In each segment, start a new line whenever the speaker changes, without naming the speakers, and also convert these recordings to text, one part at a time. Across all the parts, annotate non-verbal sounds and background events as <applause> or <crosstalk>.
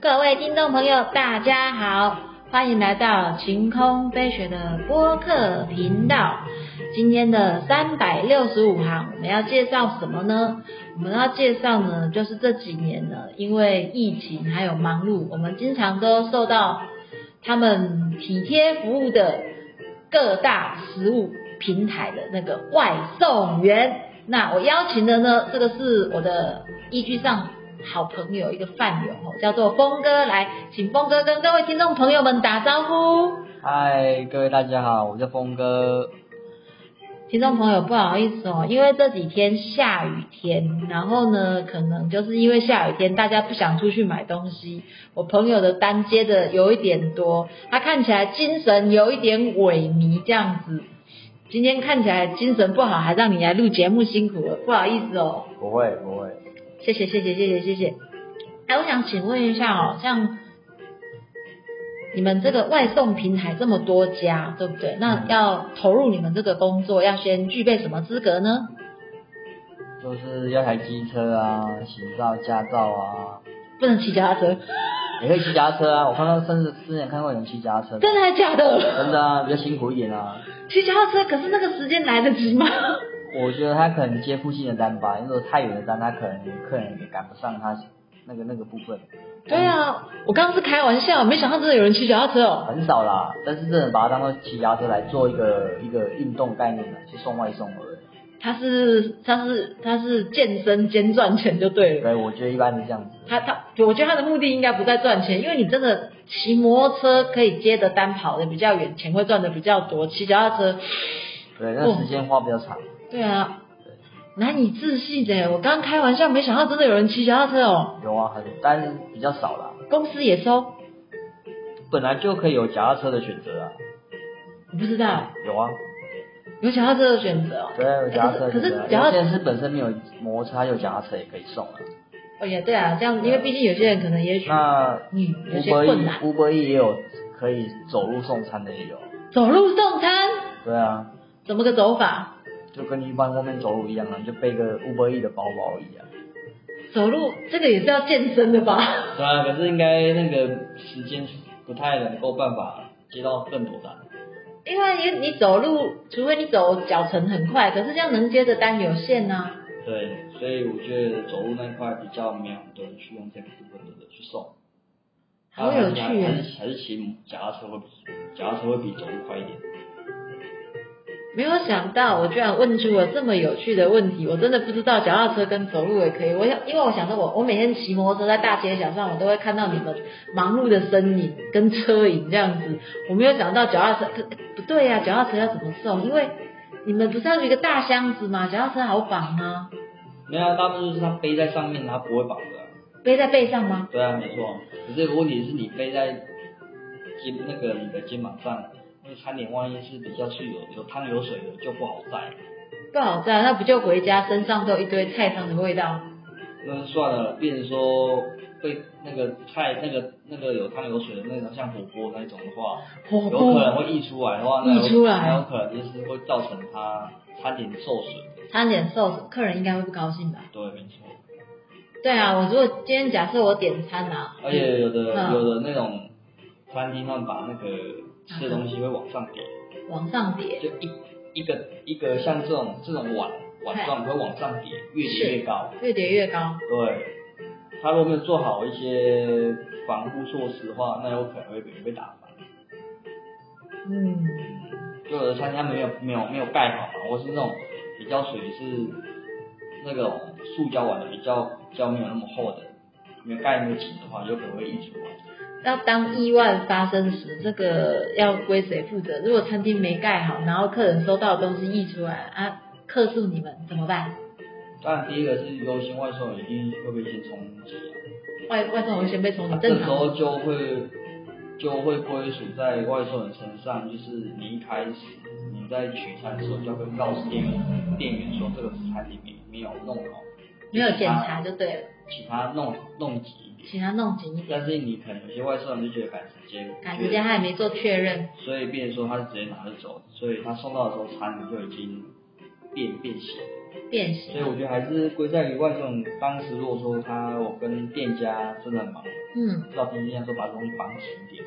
各位听众朋友，大家好，欢迎来到晴空飞雪的播客频道。今天的三百六十五行，我们要介绍什么呢？我们要介绍呢，就是这几年呢，因为疫情还有忙碌，我们经常都受到他们体贴服务的各大食物平台的那个外送员。那我邀请的呢，这个是我的依据上好朋友一个饭友哦，叫做峰哥，来，请峰哥跟各位听众朋友们打招呼。
嗨，各位大家好，我是峰哥。
听众朋友，不好意思哦，因为这几天下雨天，然后呢，可能就是因为下雨天，大家不想出去买东西。我朋友的单接的有一点多，他看起来精神有一点萎靡这样子。今天看起来精神不好，还让你来录节目，辛苦了，不好意思哦。
不会不会，
谢谢谢谢谢谢谢谢。哎，我想请问一下哦，像你们这个外送平台这么多家，对不对？那
嗯
要投入你们这个工作，要先具备什么资格呢？
就是要台机车啊，行照、驾照啊，
不能骑脚踏车， <laughs>
也可以骑脚踏车啊。我看到甚至之前看过有人骑脚踏车的，
真的还假的？
真的啊，比较辛苦一点啊。
骑脚踏车，可是那个时间来得 <laughs> 及吗？
我觉得他可能接附近的单吧，因为如果太远的单，他可能客人也赶不上他那个那个部分，
对啊，我刚刚是开玩笑，没想到真的有人骑脚踏车哦。
很少啦。但是真的把它当做骑脚踏车来做一个一个运动概念的，去送外送而已。
他是他是他是健身兼赚钱就对了。
对，我觉得一般是这样子。
他他，我觉得他的目的应该不在赚钱，因为你真的骑摩托车可以接的单跑的比较远，钱会赚的比较多。骑脚踏车，
对，
哦
那时间花比较长。
对啊，难以置信的。我刚开玩笑，没想到真的有人骑脚踏车哦。
有啊，很，但是比较少啦。
公司也收，
本来就可以有脚踏车的选择啊。
我不知道
有啊，
有脚踏车的选择哦。
对，有脚踏车
哎
的
可
选
是
择啊。
可是脚踏
有些人是本身没有摩擦，有脚踏车也可以送啊。
哦也对啊，这样因为毕竟有些人可能也许
啊那
嗯有些
Uber
困难，
E Uber E 也有可以走路送餐的也有。
走路送餐
对啊，
怎么个走法？
就跟一般外面走路一样啊，就背个 Uber E 的包包一样。
走路这个也是要健身的吧？
对啊，可是应该那个时间不太能够办法接到更多单。
因为你你走路，除非你走脚程很快，可是这样能接的单有啊限呐、
对，所以我觉得走路那一块比较没有很多人去用这个部分的去送。
好
啊
有趣啊耶！
还是骑脚踏车会比脚踏车会比走路快一点。
没有想到我居然问出了这么有趣的问题，我真的不知道脚踏车跟走路也可以。我想，因为我想到我我每天骑摩托车在大街小巷，我都会看到你们忙碌的身影跟车影这样子。我没有想到脚踏车，可不对呀、脚踏车要怎么送？因为你们不是要有一个大箱子吗？脚踏车好绑吗？
没有啊，大部分就是它背在上面，它不会绑的啊、
背在背上吗？
对啊，没错。可是问题是你背在肩那个你的肩膀上，那个餐点万一是比较是有有汤有水的，就不好带。
不好在，那不就回家身上都有一堆菜汤的味道？
那算了，变成说被那个菜那个那个有汤有水的那种，像火锅那种的话，
火
有可
锅
能会溢出来的话，那有
溢出来
那有可能就是会造成它餐点受损。
餐点寿司，客人应该会不高兴吧？
对，没错。
对啊，我如果今天假设我点餐啊，
而且有的、
嗯
有的那种餐厅，他们把那个吃的东西会往上叠。
往上叠，
就一一个一个像这种这种碗碗状会往上叠，越叠越高。
越叠越高。
对，它如果没有做好一些防护措施的话，那有可能会被被打翻。
嗯，
就有的餐厅它没有没有没有盖好嘛，或是那种比较属于是那种塑胶碗的，比较比较没有那么厚的，没有盖那么紧的话，有可能会溢出来。
要当意外发生时，这个要归谁负责？如果餐厅没盖好，然后客人收到的东西溢出来啊，客诉你们怎么办？
当然，第一个是优先外送，一定会被先冲击啊。
外外送人先被冲，你
那啊这
正
时
常
候就会就会归属在外送人身上，就是你一开始你在取餐的时候就会告诉店员店员说这个餐点没没有弄好，
没有检
啊
查就对了，
请他弄弄急一点。
请他弄紧一点。
但是你可能有些外送人就觉得赶时间，
赶时间他也没做确认，
所以变成说他直接拿着走，所以他送到的时候餐就已经变变形。
变
所以
形。
我觉得还是归在于外送。当时如果说他我跟店家真的很忙，
嗯，
照片店家说把东西绑紧一点，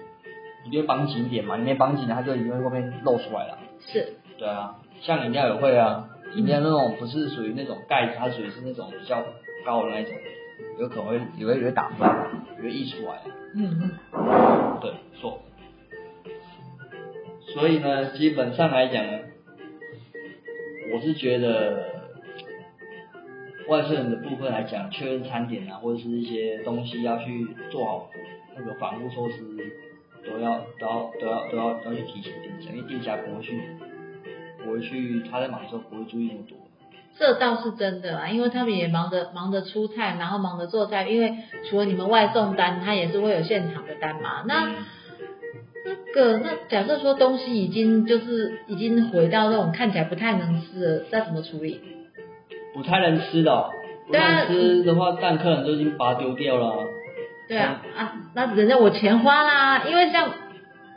你就绑紧一点嘛，你没绑紧，它就一定会后面露出来了。
是，
对啊，像饮料也会啊，饮料那种不是属于那种盖子，它属于是那种比较高的那种，有可能会也会也会打翻，也会溢出来。
嗯嗯，
对，错。所以呢，基本上来讲呢，我是觉得外送的部分来讲，确认餐点啊，或者是一些东西要去做好那个防护措施，都要都要都要都要都要去提醒店家，因为店家不会去不会去他在忙的时候不会注意那么多。
这倒是真的啦，因为他们也忙着忙着出菜，然后忙着做菜，因为除了你们外送单，它也是会有现场的单嘛。那、
嗯
那个，那假设说东西已经就是已经回到那种看起来不太能吃了，那怎么处理？
不太能吃的、哦，不太能吃的话，但客人都已经把它丢掉了啊。
对啊啊，那人家我钱花啦，因为像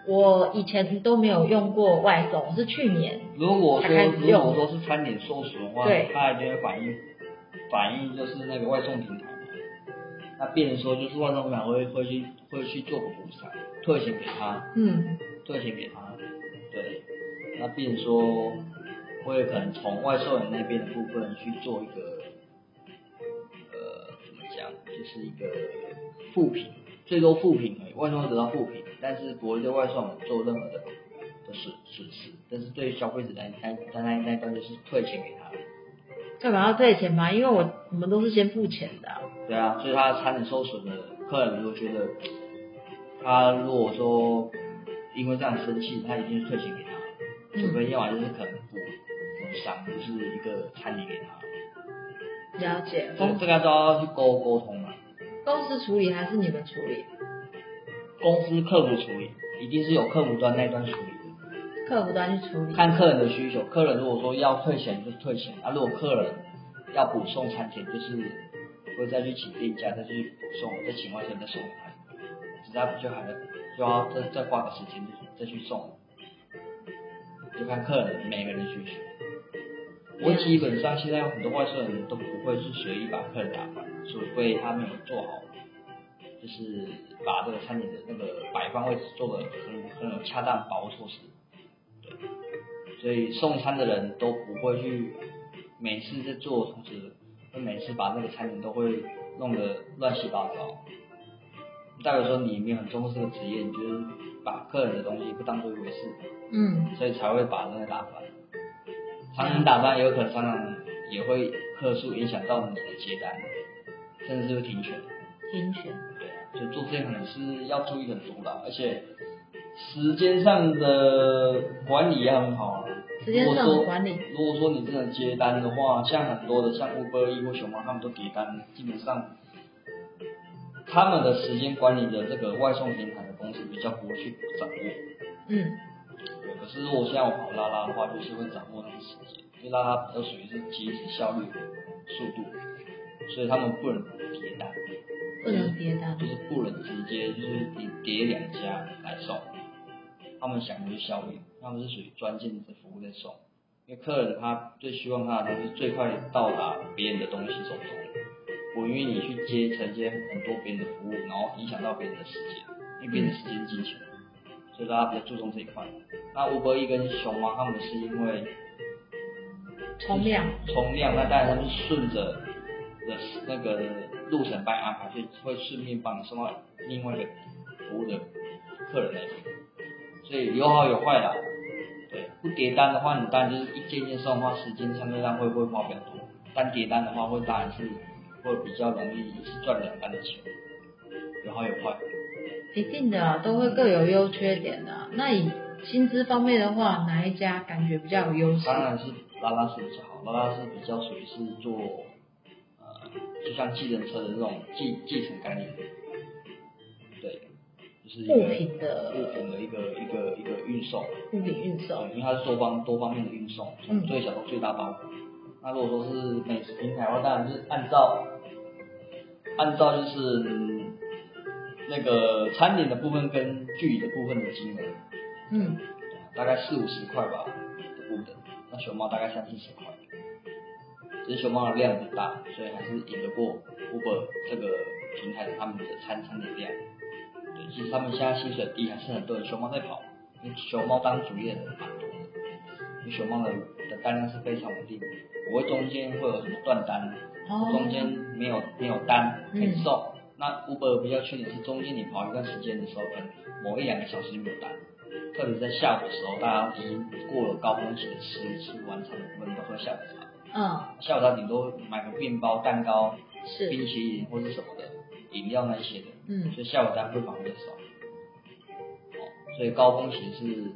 我以前都没有用过外送，我是去年
如果
才
说
开始
如
用
果说是餐点受损的话
对，
它一定会反映反映就是那个外送平台嘛，那变成说就是外送平台会会去会去做个补偿，退钱给他，
嗯
退钱给他，对，那变成说会可能从外送人那边的部分去做一个呃怎么讲，就是一个复评，最多复评而已，外送会得到复评，但是不会对外送做任何的呃的损损失，但是对于消费者来来来来那一段就是退钱给他，
干嘛要退钱嘛？因为我我们都是先付钱的啊、
对啊，所以他产品受损的客人如果觉得他如果说因为这样生气，他一定是退钱给他，除非要么就是可能补补偿，就是一个餐礼给他，
了解。
这
公
这个都要去沟沟通啊嘛。
公司处理还是你们处理？
公司客服处理，一定是有客服端那一端处理
客服端去处理
的，？看客人的需求。客人如果说要退钱就退钱，啊，如果客人要补送餐点，就是会再去请店家再去补送，再请外送再送给他，只是他就还能就要再再花个时间再再去送，就看客人每个人的需求。我基本上现在有很多外送人都不会去随意把客人打翻，除非他没有做好，就是把这个餐点的那个摆放位置做的很很有恰当把握措施。对，所以送餐的人都不会去每次在做的同时，会每次把那个餐点都会弄得乱七八糟。代表说你没有很重视这个职业，你就是把客人的东西不当做一回事。
嗯，
所以才会把那个打翻。常常打翻，有可能常常也会客数影响到你的接单，甚至是会停权。
停权。
对啊，所以做这些可能是要注意很多的，而且时间上的管理也很好啊。
时间上的
如果说
管理
如果说你真的接单的话，像很多的像 Uber E 或熊猫，他们都叠单，基本上他们的时间管理的这个外送平台的公司比较不会去掌握。
嗯，
对，可是如果现在我跑拉拉的话，就是会掌握那个时间，因为拉拉比较属于是节省效率、速度，所以他们不能叠单，
不能跌倒
就。是不能直接就是你叠两家来送，他们想的是效率，他们是属于专件的服务在送，因为客人他最希望他的东西最快到达别人的东西手中，我因为你去接承接很多别人的服务，然后影响到别人的时间，因为别人的时间是金钱，所以大家比较注重这一块。那吴伯义跟熊猫他们是因为
冲量。
冲量，那当然他们是顺着的那个路程帮你安排，所以会顺便帮你送到另外一个服务的客人那边，所以有好有坏啦。对，不叠单的话，你当然就是一件一件送的话，时间相对上会会花比较多；单叠单的话，会当然是会比较容易一次赚两单的钱，有好有坏。
一定的啊，都会各有优缺点的啊、那以薪资方面的话，哪一家感觉比较有优势？
当然是拉拉是比较好，拉拉是比较属于是做呃，就像计程车的那种继继承概念，对，就是一个
物品的
物品的一个一个一个运送，呃
物品运
对
送，，
因为它是多方多方面的运送，从
嗯
最小到最大包。那如果说是美食平台的话，当然就是按照按照就是、嗯那个餐点的部分跟距离的部分的金额，
嗯，
啊大概四五十块吧，五的，那熊猫大概三四十块。只是熊猫的量不大，所以还是赢得过 Uber 这个平台他们的餐餐的量。对，其实他们现在薪水低，还是很多人熊猫在跑，因为熊猫当主业的蛮多的，因为熊猫的的单量是非常稳定的，不会中间会有什么断单，
哦
中间没有没有单可以送。那 Uber 比较缺点是中间你跑一段时间的时候，可能某一两个小时没有单，特别在下午的时候，大家已经过了高峰期的吃吃晚餐的部分，都喝下午茶。
嗯，
下午茶顶多买个面包、蛋糕、
是，
冰淇淋或是什么的饮料那一些的，
嗯
所以下午单会忙的少。哦所以高峰期是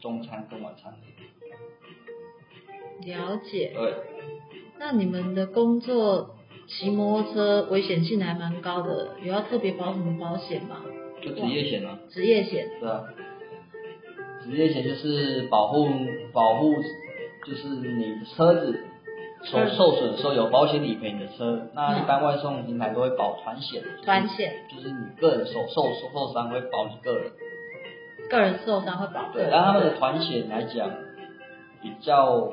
中餐跟晚餐的。
了解。
对，
那你们的工作骑摩托车危险性还蛮高的，有要特别保什么保险吗？
就职业险啊，
职业险？
对啊。职业险就是保护保护，就是你的车子所受损的时候有保险理赔你的车。那一般外送平台都会保团险，
团险，
就是你个人受受受受伤会保你个人。
个人受伤会保个
对，
人。
但他们的团险来讲，比较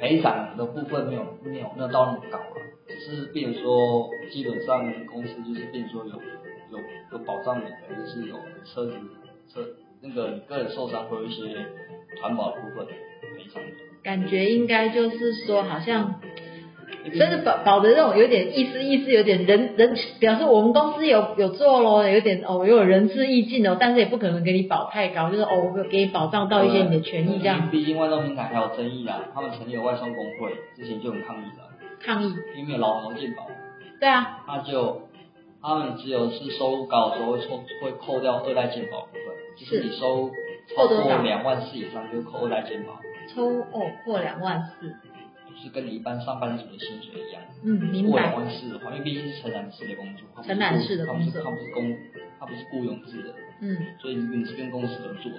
赔偿的部分没有没有没有到那么高了，只是比如说基本上公司就是比如说有有有保障每个人就是有车子车那个你个人受伤会有一些团保的部分赔偿的，
感觉应该就是说，好像真的保保的那种有点意思意思，有点人人表示我们公司有有做咯，有点哦，又有人事意进哦，但是也不可能给你保太高，就是哦，我给你保障到一些你的权益这样
毕竟外送平台还有争议啦，他们成立了外送工会之前就很抗议了，
抗议。
因为没有劳劳健保。
对啊，
那就他们只有是收入高的时候会扣会扣掉二代健保部分，就是
是
你收
扣
超
多少
过两万四以上就扣二代健保，
抽哦破两万四，
就是跟你一般上班族的薪水一样。
嗯，明
过两
白，
万四的话，因为毕竟是承揽式的工作，它不
承揽式的工作
它不是它不是公，它不是雇佣制的，
嗯，
所以你是跟公司合作的。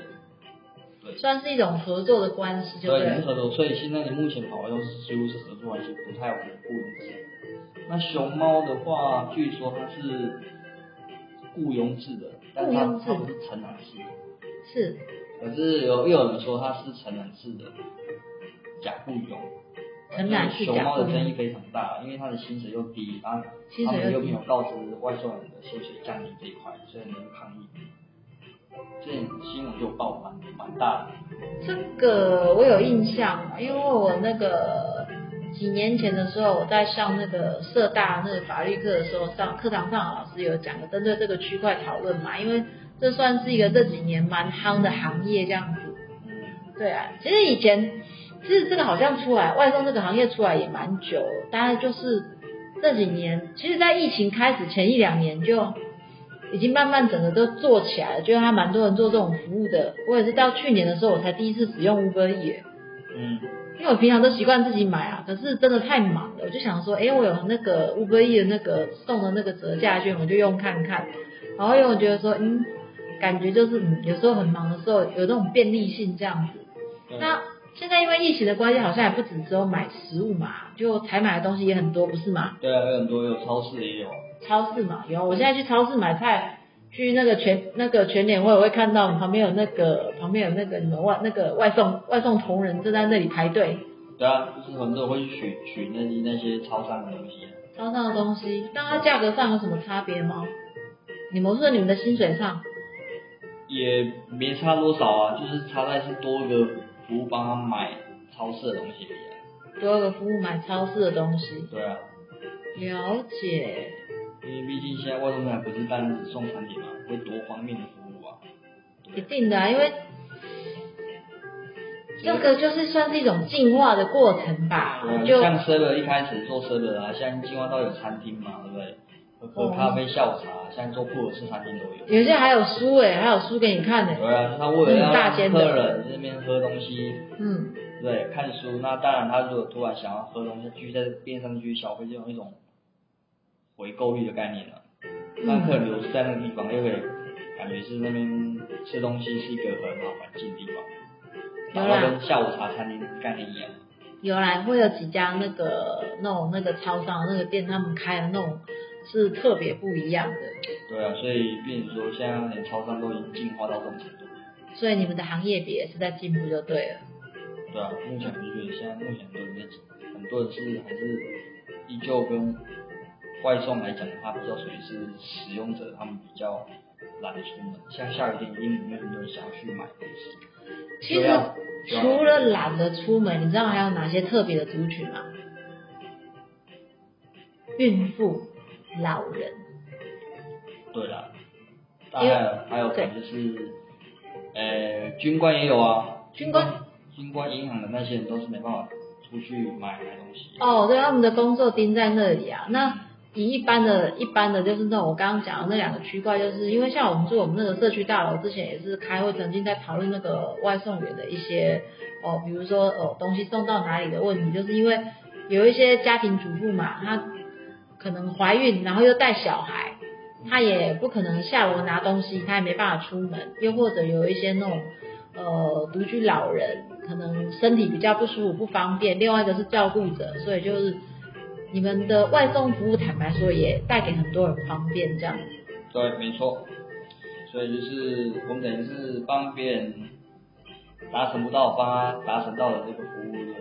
对，
算是一种合作的关系，就
所以
对
你
了
是合作，所以现在你目前跑的都是几乎是合作关系，不太有雇佣制。那熊猫的话，据说它是雇佣制的，但它
雇佣制
它不是承揽制的。
是
可是有又有人说它是承揽制的假雇佣，
承揽制假雇佣
熊猫的争议非常大，因为它的薪水又低，然后
薪
他
水
们
又
又
低
没有告知外送人的薪水降低这一块，所以很多人抗议。这新闻就报蛮蛮大的，
这个我有印象，因为我那个几年前的时候，我在上那个社大那个法律课的时候，上课堂上老师有讲过针对这个区块讨论嘛，因为这算是一个这几年蛮夯的行业这样子。
嗯，
对啊，其实以前其实这个好像出来外送这个行业出来也蛮久了，大概就是这几年，其实在疫情开始前一两年就已经慢慢整个都做起来了，就是还蛮多人做这种服务的。我也是到去年的时候我才第一次使用 Uber E，
嗯，
因为我平常都习惯自己买啊，可是真的太忙了，我就想说，诶，我有那个 Uber E 的那个送的那个折价券，我就用看看。然后因为我觉得说，嗯，感觉就是嗯，有时候很忙的时候有那种便利性这样子。
对
那现在因为疫情的关系，好像也不止只有买食物嘛，就采买的东西也很多，不是吗？
对啊，有很多有超市的也有，
超市嘛，有。我现在去超市买菜，去那个全那个全联，我也会看到旁边有那个旁边有那个你们外那个外送外送同仁正在那里排队，
对啊，就是很多人会去取取那那些超商的东西，
超商的东西，但它价格上有什么差别吗？你们说你们的薪水上，
也没差多少啊，就是差在是多一个服务帮他买超市的东西而已啊、
多个服务买超市的东西，
对啊，
了解，
因为毕竟现在外送平台不是单只送餐点嘛，会多方面的服务啊。
一定的、啊，因为这个就是算是一种进化的过程吧，
对
就
啊，像 Seven 一开始做 Seven 啊，现在进化到有餐厅嘛，对不对？喝喝咖啡、下午茶，现在做普洱式餐厅都有。
有些还有书哎、还有书给你看呢、
对啊，他为了要
嗯大间
让
的
客人这边喝东西，
嗯，
对不对，看书，那当然他如果突然想要喝东西，继续在边上继续消费，就有一种回购率的概念了、
嗯
让客人留在那个地方，又可以感觉是那边吃东西是一个很好环境的地方，然
有
后
啦
跟下午茶餐厅概念一样。
有来会有几家那个那种那个超商那个店，他们开的那种是特别不一样的，
对啊，所以变成说现在连超商都已经进化到这种程度。
所以你们的行业别也是在进步就对了。
对啊，目前的确现在目前都是在很多人是还是依旧跟外送来讲的话，比较属于是使用者他们比较懒得出门，像下雨天一定没有很多人想要去买东西。
其实
啊
除了懒得出门，你知道还有哪些特别的族群吗？孕妇、老人，
对啦，大概还有可能就是，呃，军官也有啊，
军官
军官银行的那些人都是没办法出去买买东西。
哦，对，他们的工作盯在那里啊。那以一般的、一般的，就是那种我刚刚讲的那两个区块，就是因为像我们住我们那个社区大楼，之前也是开会，曾经在讨论那个外送员的一些哦，比如说哦，东西送到哪里的问题，就是因为有一些家庭主妇嘛，她可能怀孕，然后又带小孩，她也不可能下楼拿东西，她也没办法出门，又或者有一些那种呃独居老人，可能身体比较不舒服不方便，另外一个是照顾者，所以就是你们的外送服务，坦白说也带给很多人方便，这样子。
对，没错。所以就是我们等于是帮别人达成不到，帮他达成到了这个服务的。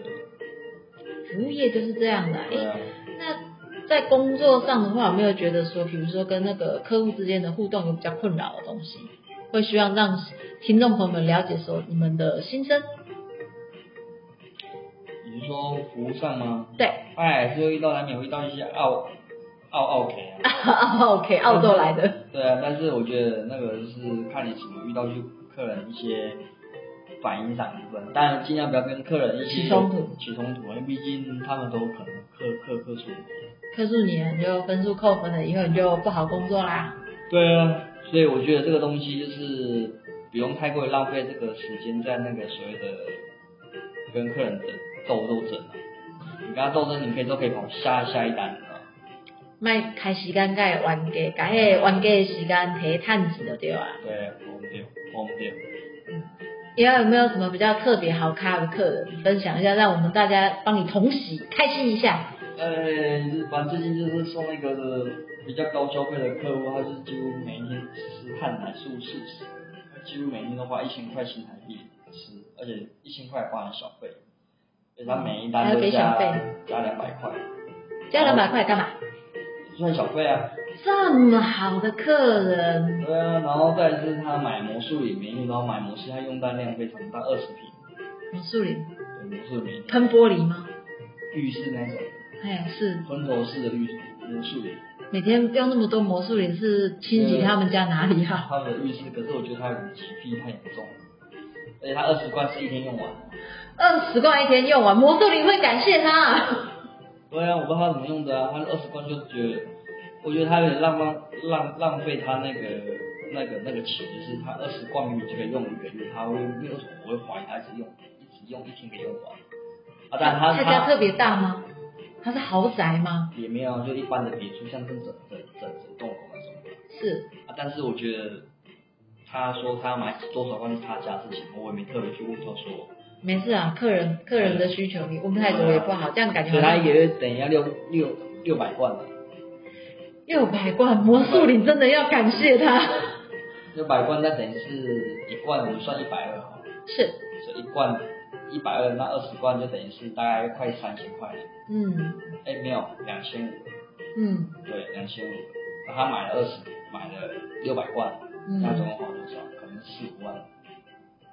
服务业就是这样的、啊。
对
诶
啊，
那在工作上的话，有没有觉得说，比如说跟那个客户之间的互动有比较困扰的东西，会希望让听众朋友们了解说你们的心声？
你是说服务上吗？
对 <laughs>
哎，还是会遇到难免会遇到一些傲傲傲 K 啊。
，OK，澳洲来的。
对啊，但是我觉得那个就是看你怎么遇到去客人一些反应上的部分，当然尽量不要跟客人一起
起冲突
起冲突，因为毕竟他们都可能客客客诉。
克数你了，你就分数扣分了，以后你就不好工作啦。
对啊，所以我觉得这个东西就是不用太过于浪费这个时间在那个所谓的跟客人的斗斗争啊。你跟他斗争，你可以都可以跑下下一单啊。
卖开时间该冤家，甲迄冤家的时间摕趁钱就对啊。
对，我们对，我们对。
以后有没有什么比较特别好咖的客人分享一下，让我们大家帮你同喜开心一下？
呃，反正最近就是送那个比较高消费的客户，他是几乎每一天吃汉奶素素食，他几乎每天都花一千块新台币吃，而且一千块包含小费，所以他每一单
还要
都
给小
加
费
加两百块，
加两百块干嘛？
算小费啊。
这么好的客人，
对啊，然后再来是他买魔术也没用，然后买魔术他用单量非常大，二十瓶，
魔术林
对魔术没
喷玻璃吗？
浴室那种
哎，是
昏头式的浴魔术也
每天用那么多魔术林是清洁他们家哪里啊？
他的浴室，可是我觉得他有点洁癖太严重了，而且他二十罐是一天用完。
二十块一天用完，魔术林会感谢他啊。
对啊，我不知道他怎么用的啊，他二十罐就觉得，我觉得他有点浪浪浪浪费他那个那个那个钱，就是他二十罐明明就可以用一个月，他会没有什么我会怀疑他一直用一直用一天给用完。啊，但他
他家
他
特别大吗？他是豪宅吗？
也没有就一般的别墅，像是整整整整栋楼那种。
是
啊，但是我觉得他说他买多少罐是他家的事情，我也没特别去问他说。
没事啊，客人客人的需求你问太多也不好，这样感觉
所以
好
他一
像
个月等于要六六六百罐了，
六百罐魔术林真的要感谢他。
六百罐那等于是一罐，我们算一百二哈，
是，
所以一罐一百二，那二十罐就等于是大概快三千块，
嗯
哎没有两千五，
嗯
对两千五，那他买了二十，买了六百罐，那总
嗯，
共花多少？可能四五万，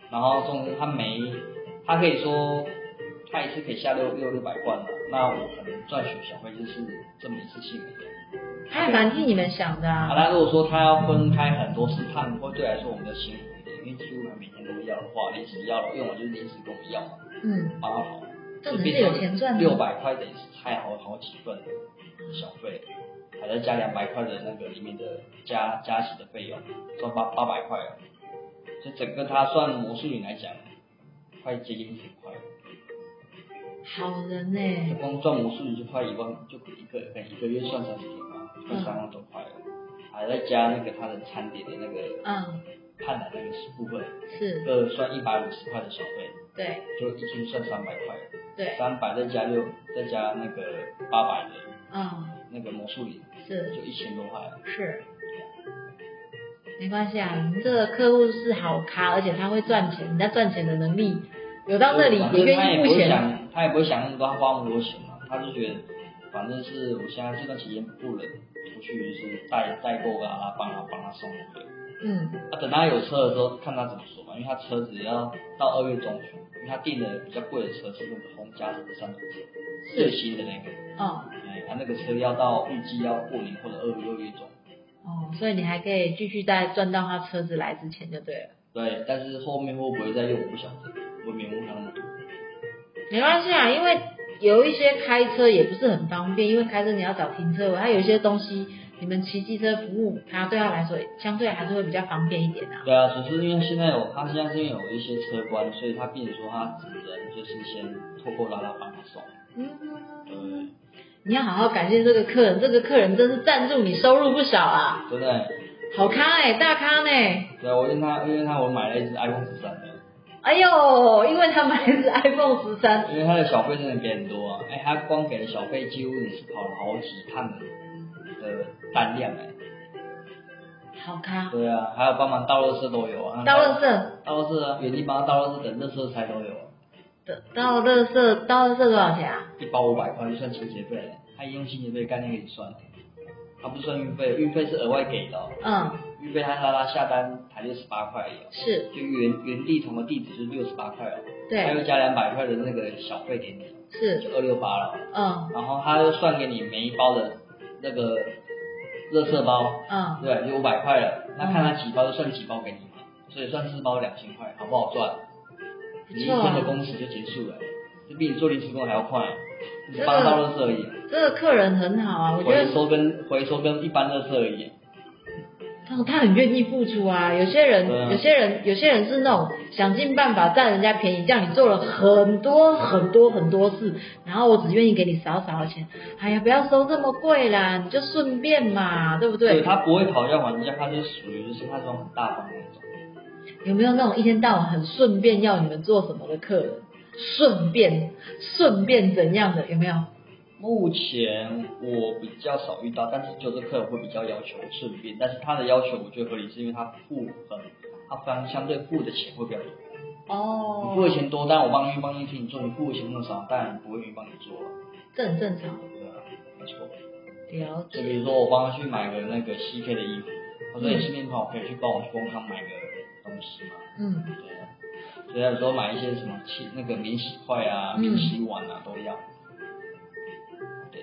然后中间他没，他可以说他一次可以下六六六百罐嘛，那我可能赚取小费就是这么一次性的。
他也蛮替你们想的
啊，
啊。
那如果说他要分开很多次判，会对来说我们的辛苦一点，因为几乎他每天都要的话，临时要了，用我就是临时跟我要嘛，
嗯，
帮他跑。
这只是有钱赚的。
六百块等于是拆好好几份小费，还再加两百块的那个里面的加加起的费用，算八八百块哦。这整个他算魔术女来讲，快接近一千块了，
好人呢、
这光赚魔术女就快一万，就一个可能一个月算三十天吧，快三万多块了，还再加那个他的餐点的那个
嗯，
看的那个部分，
是，
各算一百五十块的小费，
对
就一天算三百块，
对，
三百再加六，再加那个八百的
嗯，
那个魔术里，
是
就一千多块。
是。没关系啊，你这个客户是好咖，而且他会赚钱，人家赚钱的能力有到那里
反
也
正
愿
他啊也
意
不
付
会
钱。
想，他也不会想那么多，他花那么多钱嘛。他就觉得反正是我现在这段期间不能出去，就是代代购啊，然后帮他帮他送货。
嗯，
那、等他有车的时候，看他怎么说嘛，因为他车子要到二月中旬，因为他订的比较贵的车是那个红家的三轮车，最新的那个，
哦
哎，他、那个车要到预计要过年或者二月二月中。
哦，所以你还可以继续再赚到他车子来之前就对了。
对，但是后面会不会再用我不晓得，我没问他那么多。
没关系啊，因为有一些开车也不是很方便，因为开车你要找停车位，它有一些东西你们骑机车服务，它对他来说相对还是会比较方便一点啊。
对啊，只是因为现在有他现在是因为有一些车关，所以他变成说他只能就是先透过拉拉帮他送。
嗯，
对，
你要好好感谢这个客人，这个客人真是赞助你收入不少啊，
真的，
好咖哎、大咖呢、
对啊，我因为他因为他我买了一只 iPhone 十三的，
哎呦，因为他买的是 iPhone 十三，
因为他的小费真的给很多啊，哎，他光给的小费几乎也是跑了好几趟的的单量哎、
好咖，
对啊，还有帮忙倒垃圾都有啊，
到垃圾
倒垃圾啊，原地帮他倒垃圾等垃圾才都有啊，
的到垃圾到垃圾多少钱啊？
一包五百块就算清洁费了，他一用清洁费概念给你算，他不算运费，运费是额外给的、哦，
嗯，
运费他拉拉下单才六十八块而已、哦。
是
就原原地同个地址是六十八块哦，他又
对
加两百块的那个小费给你，
是，
就二六八了。
嗯
然后他又算给你每一包的那个垃圾包，
嗯，
对，就五百块了。那看他几包就算几包给你嘛，所以算四包两千块，好不好赚？
不
你一
错
天的
啊。
工时就结束了，这比你做临时工还要快，你
这个
帮倒垃圾而已，
这个客人很好啊，我觉
回
得
收跟回收跟一般垃圾而已。
他他很愿意付出啊。有些人，
对啊
有些人，有些人是那种想尽办法占人家便宜，这样你做了很多很多很多事，然后我只愿意给你少少的钱。哎呀，不要收这么贵啦，你就顺便嘛，对不对？
他不会讨价还价，他就属于就是那种很大方的那种。
有没有那种一天到晚很顺便要你们做什么的客人？顺便，顺便怎样的？有没有？
目前我比较少遇到，但是就是客人会比较要求顺便，但是他的要求我觉得合理，是因为他付很，他方相对付的钱会比较多。
哦
你付的钱多，但我帮你帮你替你做；你付的钱那么少，当然不会愿意帮你做了。
这很正常，
对啊，没错。
了
就
解。
比如说我帮他去买个那个 CK 的衣服，他说你今天好，可以去帮我去工厂买个东西嘛。
嗯，
对啊。所以有时候买一些什么器那个免洗筷啊、
嗯
免洗碗啊都要。对，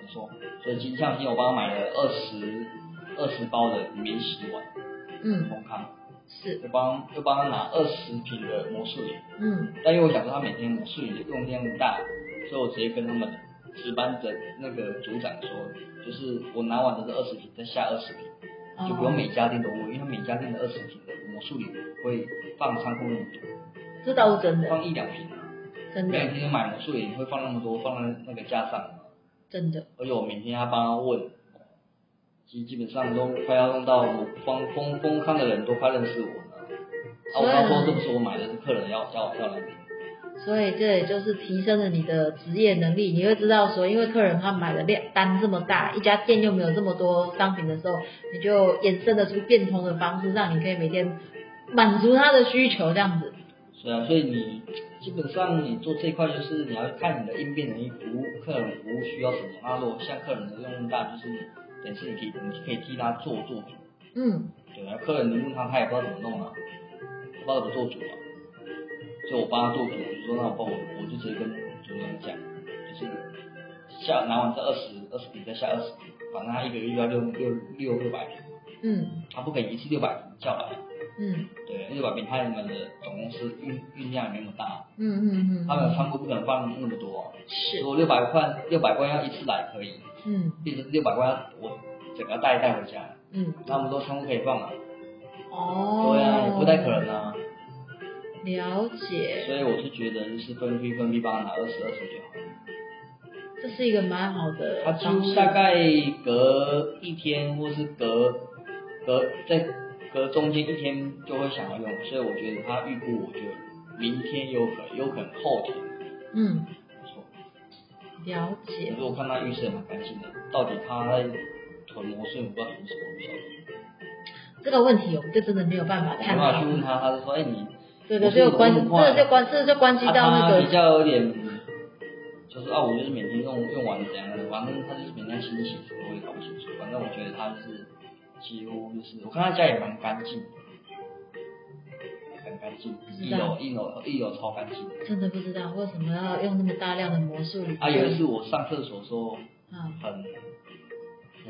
没错。所以今像今天我帮他买了二十二十包的免洗碗，
嗯，
丰康，
是，
就帮就帮他拿二十瓶的魔术饮，
嗯，
但因为我想说他每天魔术饮用量大，所以我直接跟他们值班的那个组长说，就是我拿完的这二十瓶再下二十瓶。就不用
哦
每家店都问，因为他每家店的二十瓶的魔术里会放仓库那么多，
这倒是真的，
放一两瓶啊。
真
每
的，
天买魔术也会放那么多，放在那个架上。
真的，
而且我每天还帮他问，基基本上都快要弄到我方丰丰康的人都快认识我了。啊，我刚说这不是我买的，是客人要要要来领。
所以这也就是提升了你的职业能力。你会知道说，因为客人他买的量单这么大，一家店又没有这么多商品的时候，你就衍生得出变通的方式，让你可以每天满足他的需求，这样子。
是啊，所以你基本上你做这一块就是你要看你的应变能力，服务客人服务需要什么。那如果像客人的任务大，就是你等于是你可以你可以替他做做主。
嗯，
对啊，客人你问他，他也不知道怎么弄啊，不知道怎么做主啊。所以我帮他做主，我就说那我帮我，我就直接跟主人讲，就是下拿完这二十二十瓶，再下二十瓶，反正他一个月要六六六六百瓶，
嗯，
他不可以一次六百瓶叫来，
嗯，
对，六百瓶他们的总公司运运量也没那么大，
嗯嗯嗯
他们
嗯，
仓库不可能放那么多啊、如
是，
果六百罐六百罐要一次来可以，
嗯
变成六百罐我整个带一带回家，
嗯，
那么多仓库可以放啊，
哦，
对啊，也不太可能啊。
了解，
所以我是觉得就是分批分批帮他拿二十二十就好了。
这是一个蛮好的
他
方式。
几乎大概隔一天或是隔隔在隔中间一天就会想要用，所以我觉得他预估我觉得明天有可能有可能后天。
嗯，
没错，
了解。
如果看他预设蛮担心的，到底他在囤魔术，我不知道囤什么，我不晓得。
这个问题我们就真的没有办法
我没
探
办法
讨
去。问他，他就说：“哎、你
对对，这个关，
我
这
是我是
个就关，这个就关系到那
啊啊他比
个，
较有点，就就是啊，我就是每天用用完怎样的，反正他就是每天清洗，我也搞不清楚。反正我觉得他就是几乎就是，我看他家也蛮干净的，蛮干净，一
啊
楼一楼一楼超干净。
真的不知道为什么要用那么大量的魔术礼
啊，有一次我上厕所的时候
啊，
很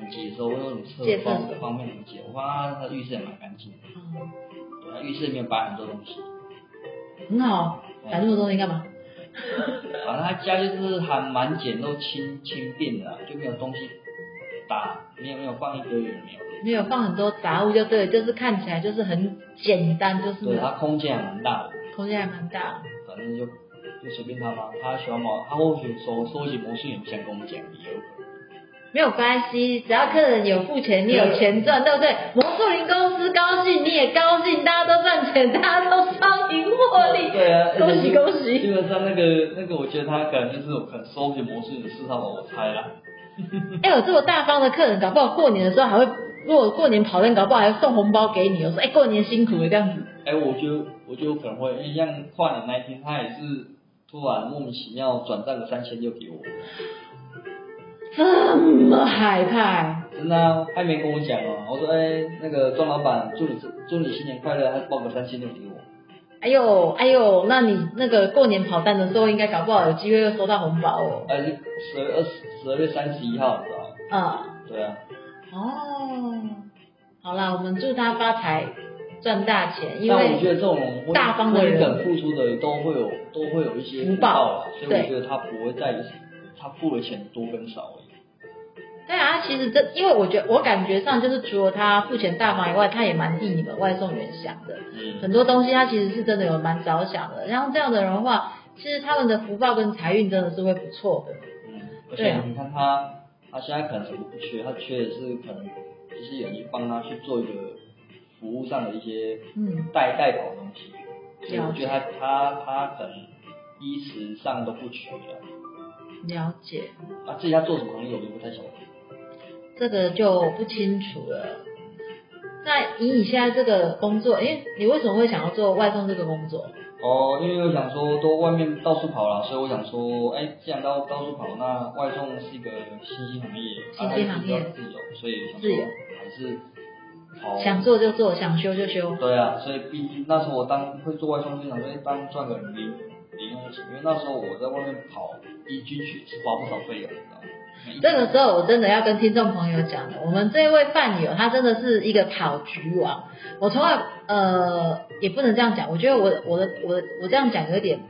很急的时候，我用厕
借
方
厕所
方面很急，我发现他的浴室也蛮干净的，
啊
对他浴室里面摆很多东西。
很好，哦摆那么多东西干嘛？
反正啊他家就是还蛮简陋轻轻便的啊、就没有东西打，没有没有放一堆也没有。
没有放很多杂物就对了，就是看起来就是很简单，就是
对，它啊空间还蛮大的，
空间还蛮大。
反正就就随便他吧。他喜欢毛，他或许收收集魔术也不想跟我们讲，也有可能。
没有关系，只要客人有付钱，你有钱赚，对不对？魔术林公司高兴，你也高兴，大家都赚钱，大家都双赢获利。
对啊，
恭喜恭
基
喜！
本上那个那个，我觉得他可能就是我可能收集魔术的嗜好吧，我猜啦。
哎，有这么大方的客人，搞不好过年的时候还会，如果过年跑单，搞不好还送红包给你。我说，哎，过年辛苦了这样子。
哎、我就我就可能会，因为像跨年那一天，他也是突然莫名其妙转账个三千六给我，
这么海派，
真的、啊，他也没跟我讲哦、我说，哎、那个庄老板，祝你祝你新年快乐，他报个三千六给我。
哎呦哎呦，那你那个过年跑单的时候，应该搞不好有机会又收到红包哦。
呃，十二二十十二月三十一号，你知道吗？
啊、
对啊，
哦，好啦，我们祝他发财，赚大钱，因
但我觉
为
得这种温
大方的人
温肯付出的都会有都会有一些
福报
报啦，所以
对
我觉得他不会在意他付的钱多跟少而已。
对啊，其实这因为我觉得我感觉上就是除了他付钱大方以外，他也蛮替你们外送员想的，
嗯，
很多东西他其实是真的有蛮着想的。像这样的人的话，其实他们的福报跟财运真的是会不错的。
嗯，而
对
且
啊
你看他，他现在可能什么不缺，他缺的是可能就是有人帮他去做一个服务上的一些
嗯
带带跑的东西，所以
了
我觉得他他他可能衣食上都不缺了，
了解，
啊，至于他做什么行业我就不太晓得。
这个就不清楚了。那以你现在这个工作，因为你为什么会想要做外送这个工作？
哦，因为我想说都外面到处跑了，所以我想说，哎、既然到到处跑，那外送是一个新兴行业，
新兴行业
啊它自己比较自由，所以想
自由
说还是跑。
想做就做，想休就休。
对啊，所以毕竟那时候我当会做外送，就想说，哎、当赚个零零用钱，因为那时候我在外面跑，一军取花不少费用，你知道吗？
这个时候我真的要跟听众朋友讲了，我们这位饭友他真的是一个跑局王。我从来呃也不能这样讲，我觉得我我的我的我这样讲有点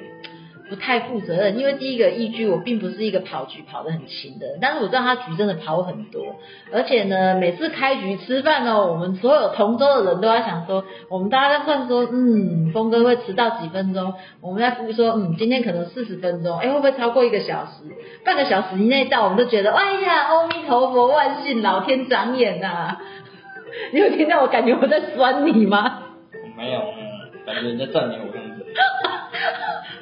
不太负责任，因为第一个依据我并不是一个跑局跑得很勤的，但是我知道他局真的跑很多，而且呢每次开局吃饭呢，我们所有同桌的人都要想说，我们大家在算说，嗯，峰哥会迟到几分钟，我们在估说，嗯，今天可能四十分钟，哎，会不会超过一个小时？半个小时以内到，我们都觉得，哎呀，阿弥陀佛，万幸老天长眼呐、 <laughs> 你有听到我感觉我在酸你吗？
没有，嗯，感觉人家赞美我这样子。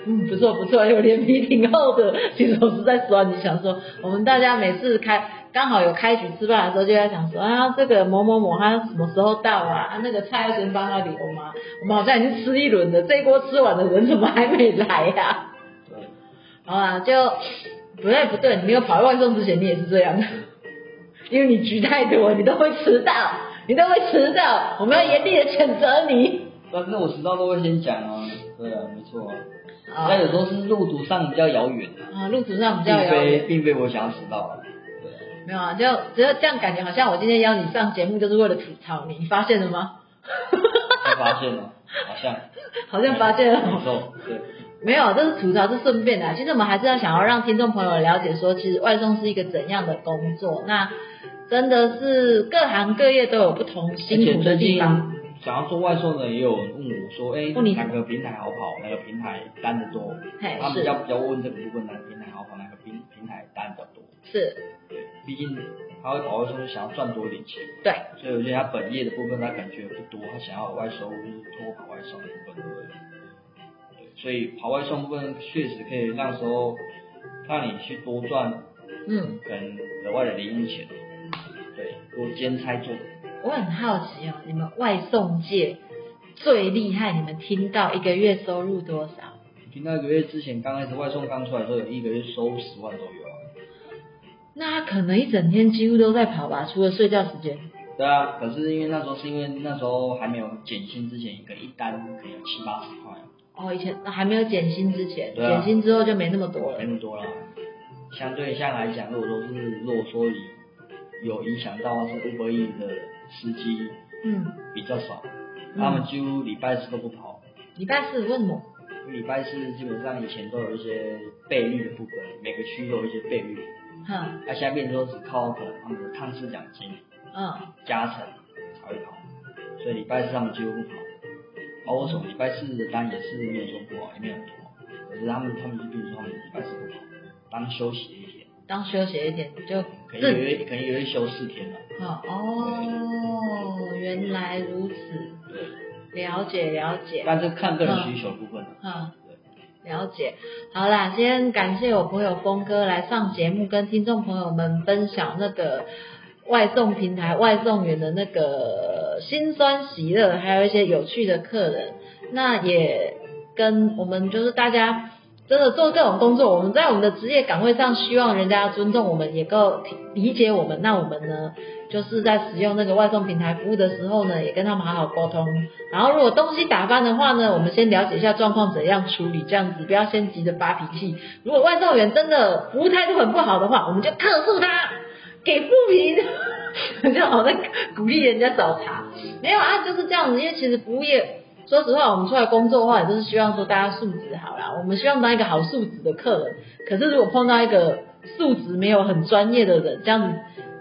嗯，不错不错，有脸皮挺厚的。其实我是在酸你，想说我们大家每次开刚好有开局吃饭的时候，就在想说啊，这个某某某他什么时候到啊？啊那个菜要先帮他留吗？我们好像已经吃一轮了，这一锅吃完的人怎么还没来啊呀、
对，
好啊，就不对不对，你没有跑外送之前，你也是这样的， <laughs> 因为你局太多，你都会迟到，你都会迟到，我们要严厉的谴责你。
但是我迟到都会先讲啊，对啊，没错啊。
啊
那有时候是路途上比较遥远啊，
啊，路途上比
并
较遥远
非。并非我想要迟到啊。对
没有啊，就只有这样感觉，好像我今天邀你上节目就是为了吐槽你，你发现了吗？ <laughs>
啊，才发现了，好像
好像发现
没
了，
错，对，
没有，啊这是吐槽，是顺便的啊。其实我们还是要想要让听众朋友了解说，其实外送是一个怎样的工作。那真的是各行各业都有不同辛
而
苦
且
的
最
地
近
方。
想要做外送的也有人问我说，哎、
问你
哪个平台好跑，哪个平台单的多？
嘿，
他们比
是
较比较问这个部分，哪个平台好跑，哪个平平台单比较多？
是，
毕竟他会跑外送，想要赚多一点钱，
对，
所以我觉得他本业的部分他感觉不多，他想要有外收就是通过跑外送的部分。对，所以跑外送部分确实可以让时候让你去多赚
嗯，
可能额外的零用钱，对，多兼差做。
我很好奇哦，你们外送界最厉害，你们听到一个月收入多少？
你频道一个月之前刚开始外送刚出来的时候，有一个月收十万都有啊。
那他可能一整天几乎都在跑吧，除了睡觉时间。
对啊，可是因为那时候是因为那时候还没有减薪之前，一个一单可能有七八十块，
哦，以前还没有减薪之前，
对啊
减薪之后就没那么多
没
了。
那么多了。相对下来讲，如果说是如果说有影响到是 Uber E 的司机
嗯，
比较少，
嗯
他们几乎礼拜四都不跑，
礼拜四问我，
因为礼拜四基本上以前都有一些倍率的部分，每个区都有一些倍率，
哈，
那、现在变成说只靠可能他们的趟次奖金
嗯，
加成才会跑，所以礼拜四他们几乎不跑。哦而我手礼拜四的单也是没有做过，也没有很多，啊可是他们他们就变成说他们礼拜四不跑，当休息一天，
当休息一点就
可能一个月可能一个月休四天了。
好哦，原来如此，
对，
了解了解，
但是看个人需求的部分啊了。
嗯，了解。好啦，先感谢我朋友峰哥来上节目，跟听众朋友们分享那个外送平台外送员的那个辛酸喜乐，还有一些有趣的客人。那也跟我们就是大家真的做各种工作，我们在我们的职业岗位上，希望人家尊重我们，也够理解我们。那我们呢，就是在使用那个外送平台服务的时候呢，也跟他们好好沟通。然后如果东西打翻的话呢，我们先了解一下状况怎样处理，这样子不要先急着发脾气。如果外送员真的服务态度很不好的话，我们就克诉他，给不平， <laughs> 就好像鼓励人家找茬。没有啊，就是这样子，因为其实服务业。说实话，我们出来工作的话，也就是希望说大家素质好啦。我们希望当一个好素质的客人。可是如果碰到一个素质没有很专业的人，这样子，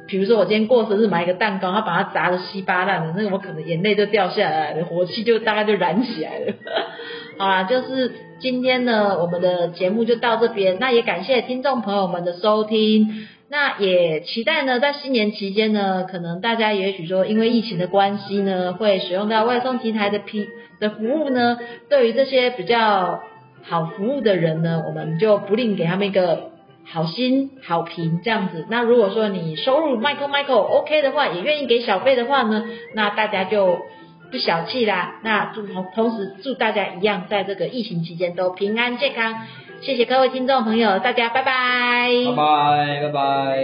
比如说我今天过生日买一个蛋糕，他把它砸的稀巴烂的，那我可能眼泪就掉下来了，火气就大概就燃起来了。 <laughs> 好啦，就是今天呢，我们的节目就到这边。那也感谢听众朋友们的收听。那也期待呢，在新年期间呢，可能大家也许说，因为疫情的关系呢，会使用到外送平台的批的服务呢，对于这些比较好服务的人呢，我们就不吝给他们一个好心好评这样子。那如果说你收入 Michael Michael OK 的话，也愿意给小费的话呢，那大家就不小气啦。那祝同同时祝大家一样，在这个疫情期间都平安健康。谢谢各位听众朋友，大家拜拜
拜拜拜拜。